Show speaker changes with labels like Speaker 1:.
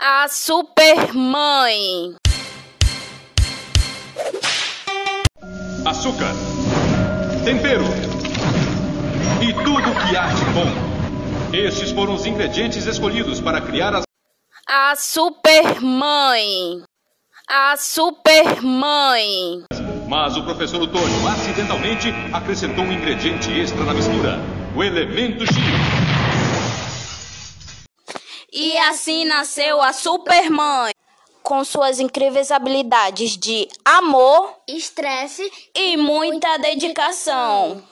Speaker 1: a Supermãe.
Speaker 2: Açúcar, tempero e tudo que há de bom. Estes foram os ingredientes escolhidos para criar as.
Speaker 1: A Supermãe. A Supermãe.
Speaker 2: Mas o professor Otônio acidentalmente acrescentou um ingrediente extra na mistura: o elemento X.
Speaker 1: E assim nasceu a Supermãe. Com suas incríveis habilidades de amor
Speaker 3: estresse
Speaker 1: e muita dedicação.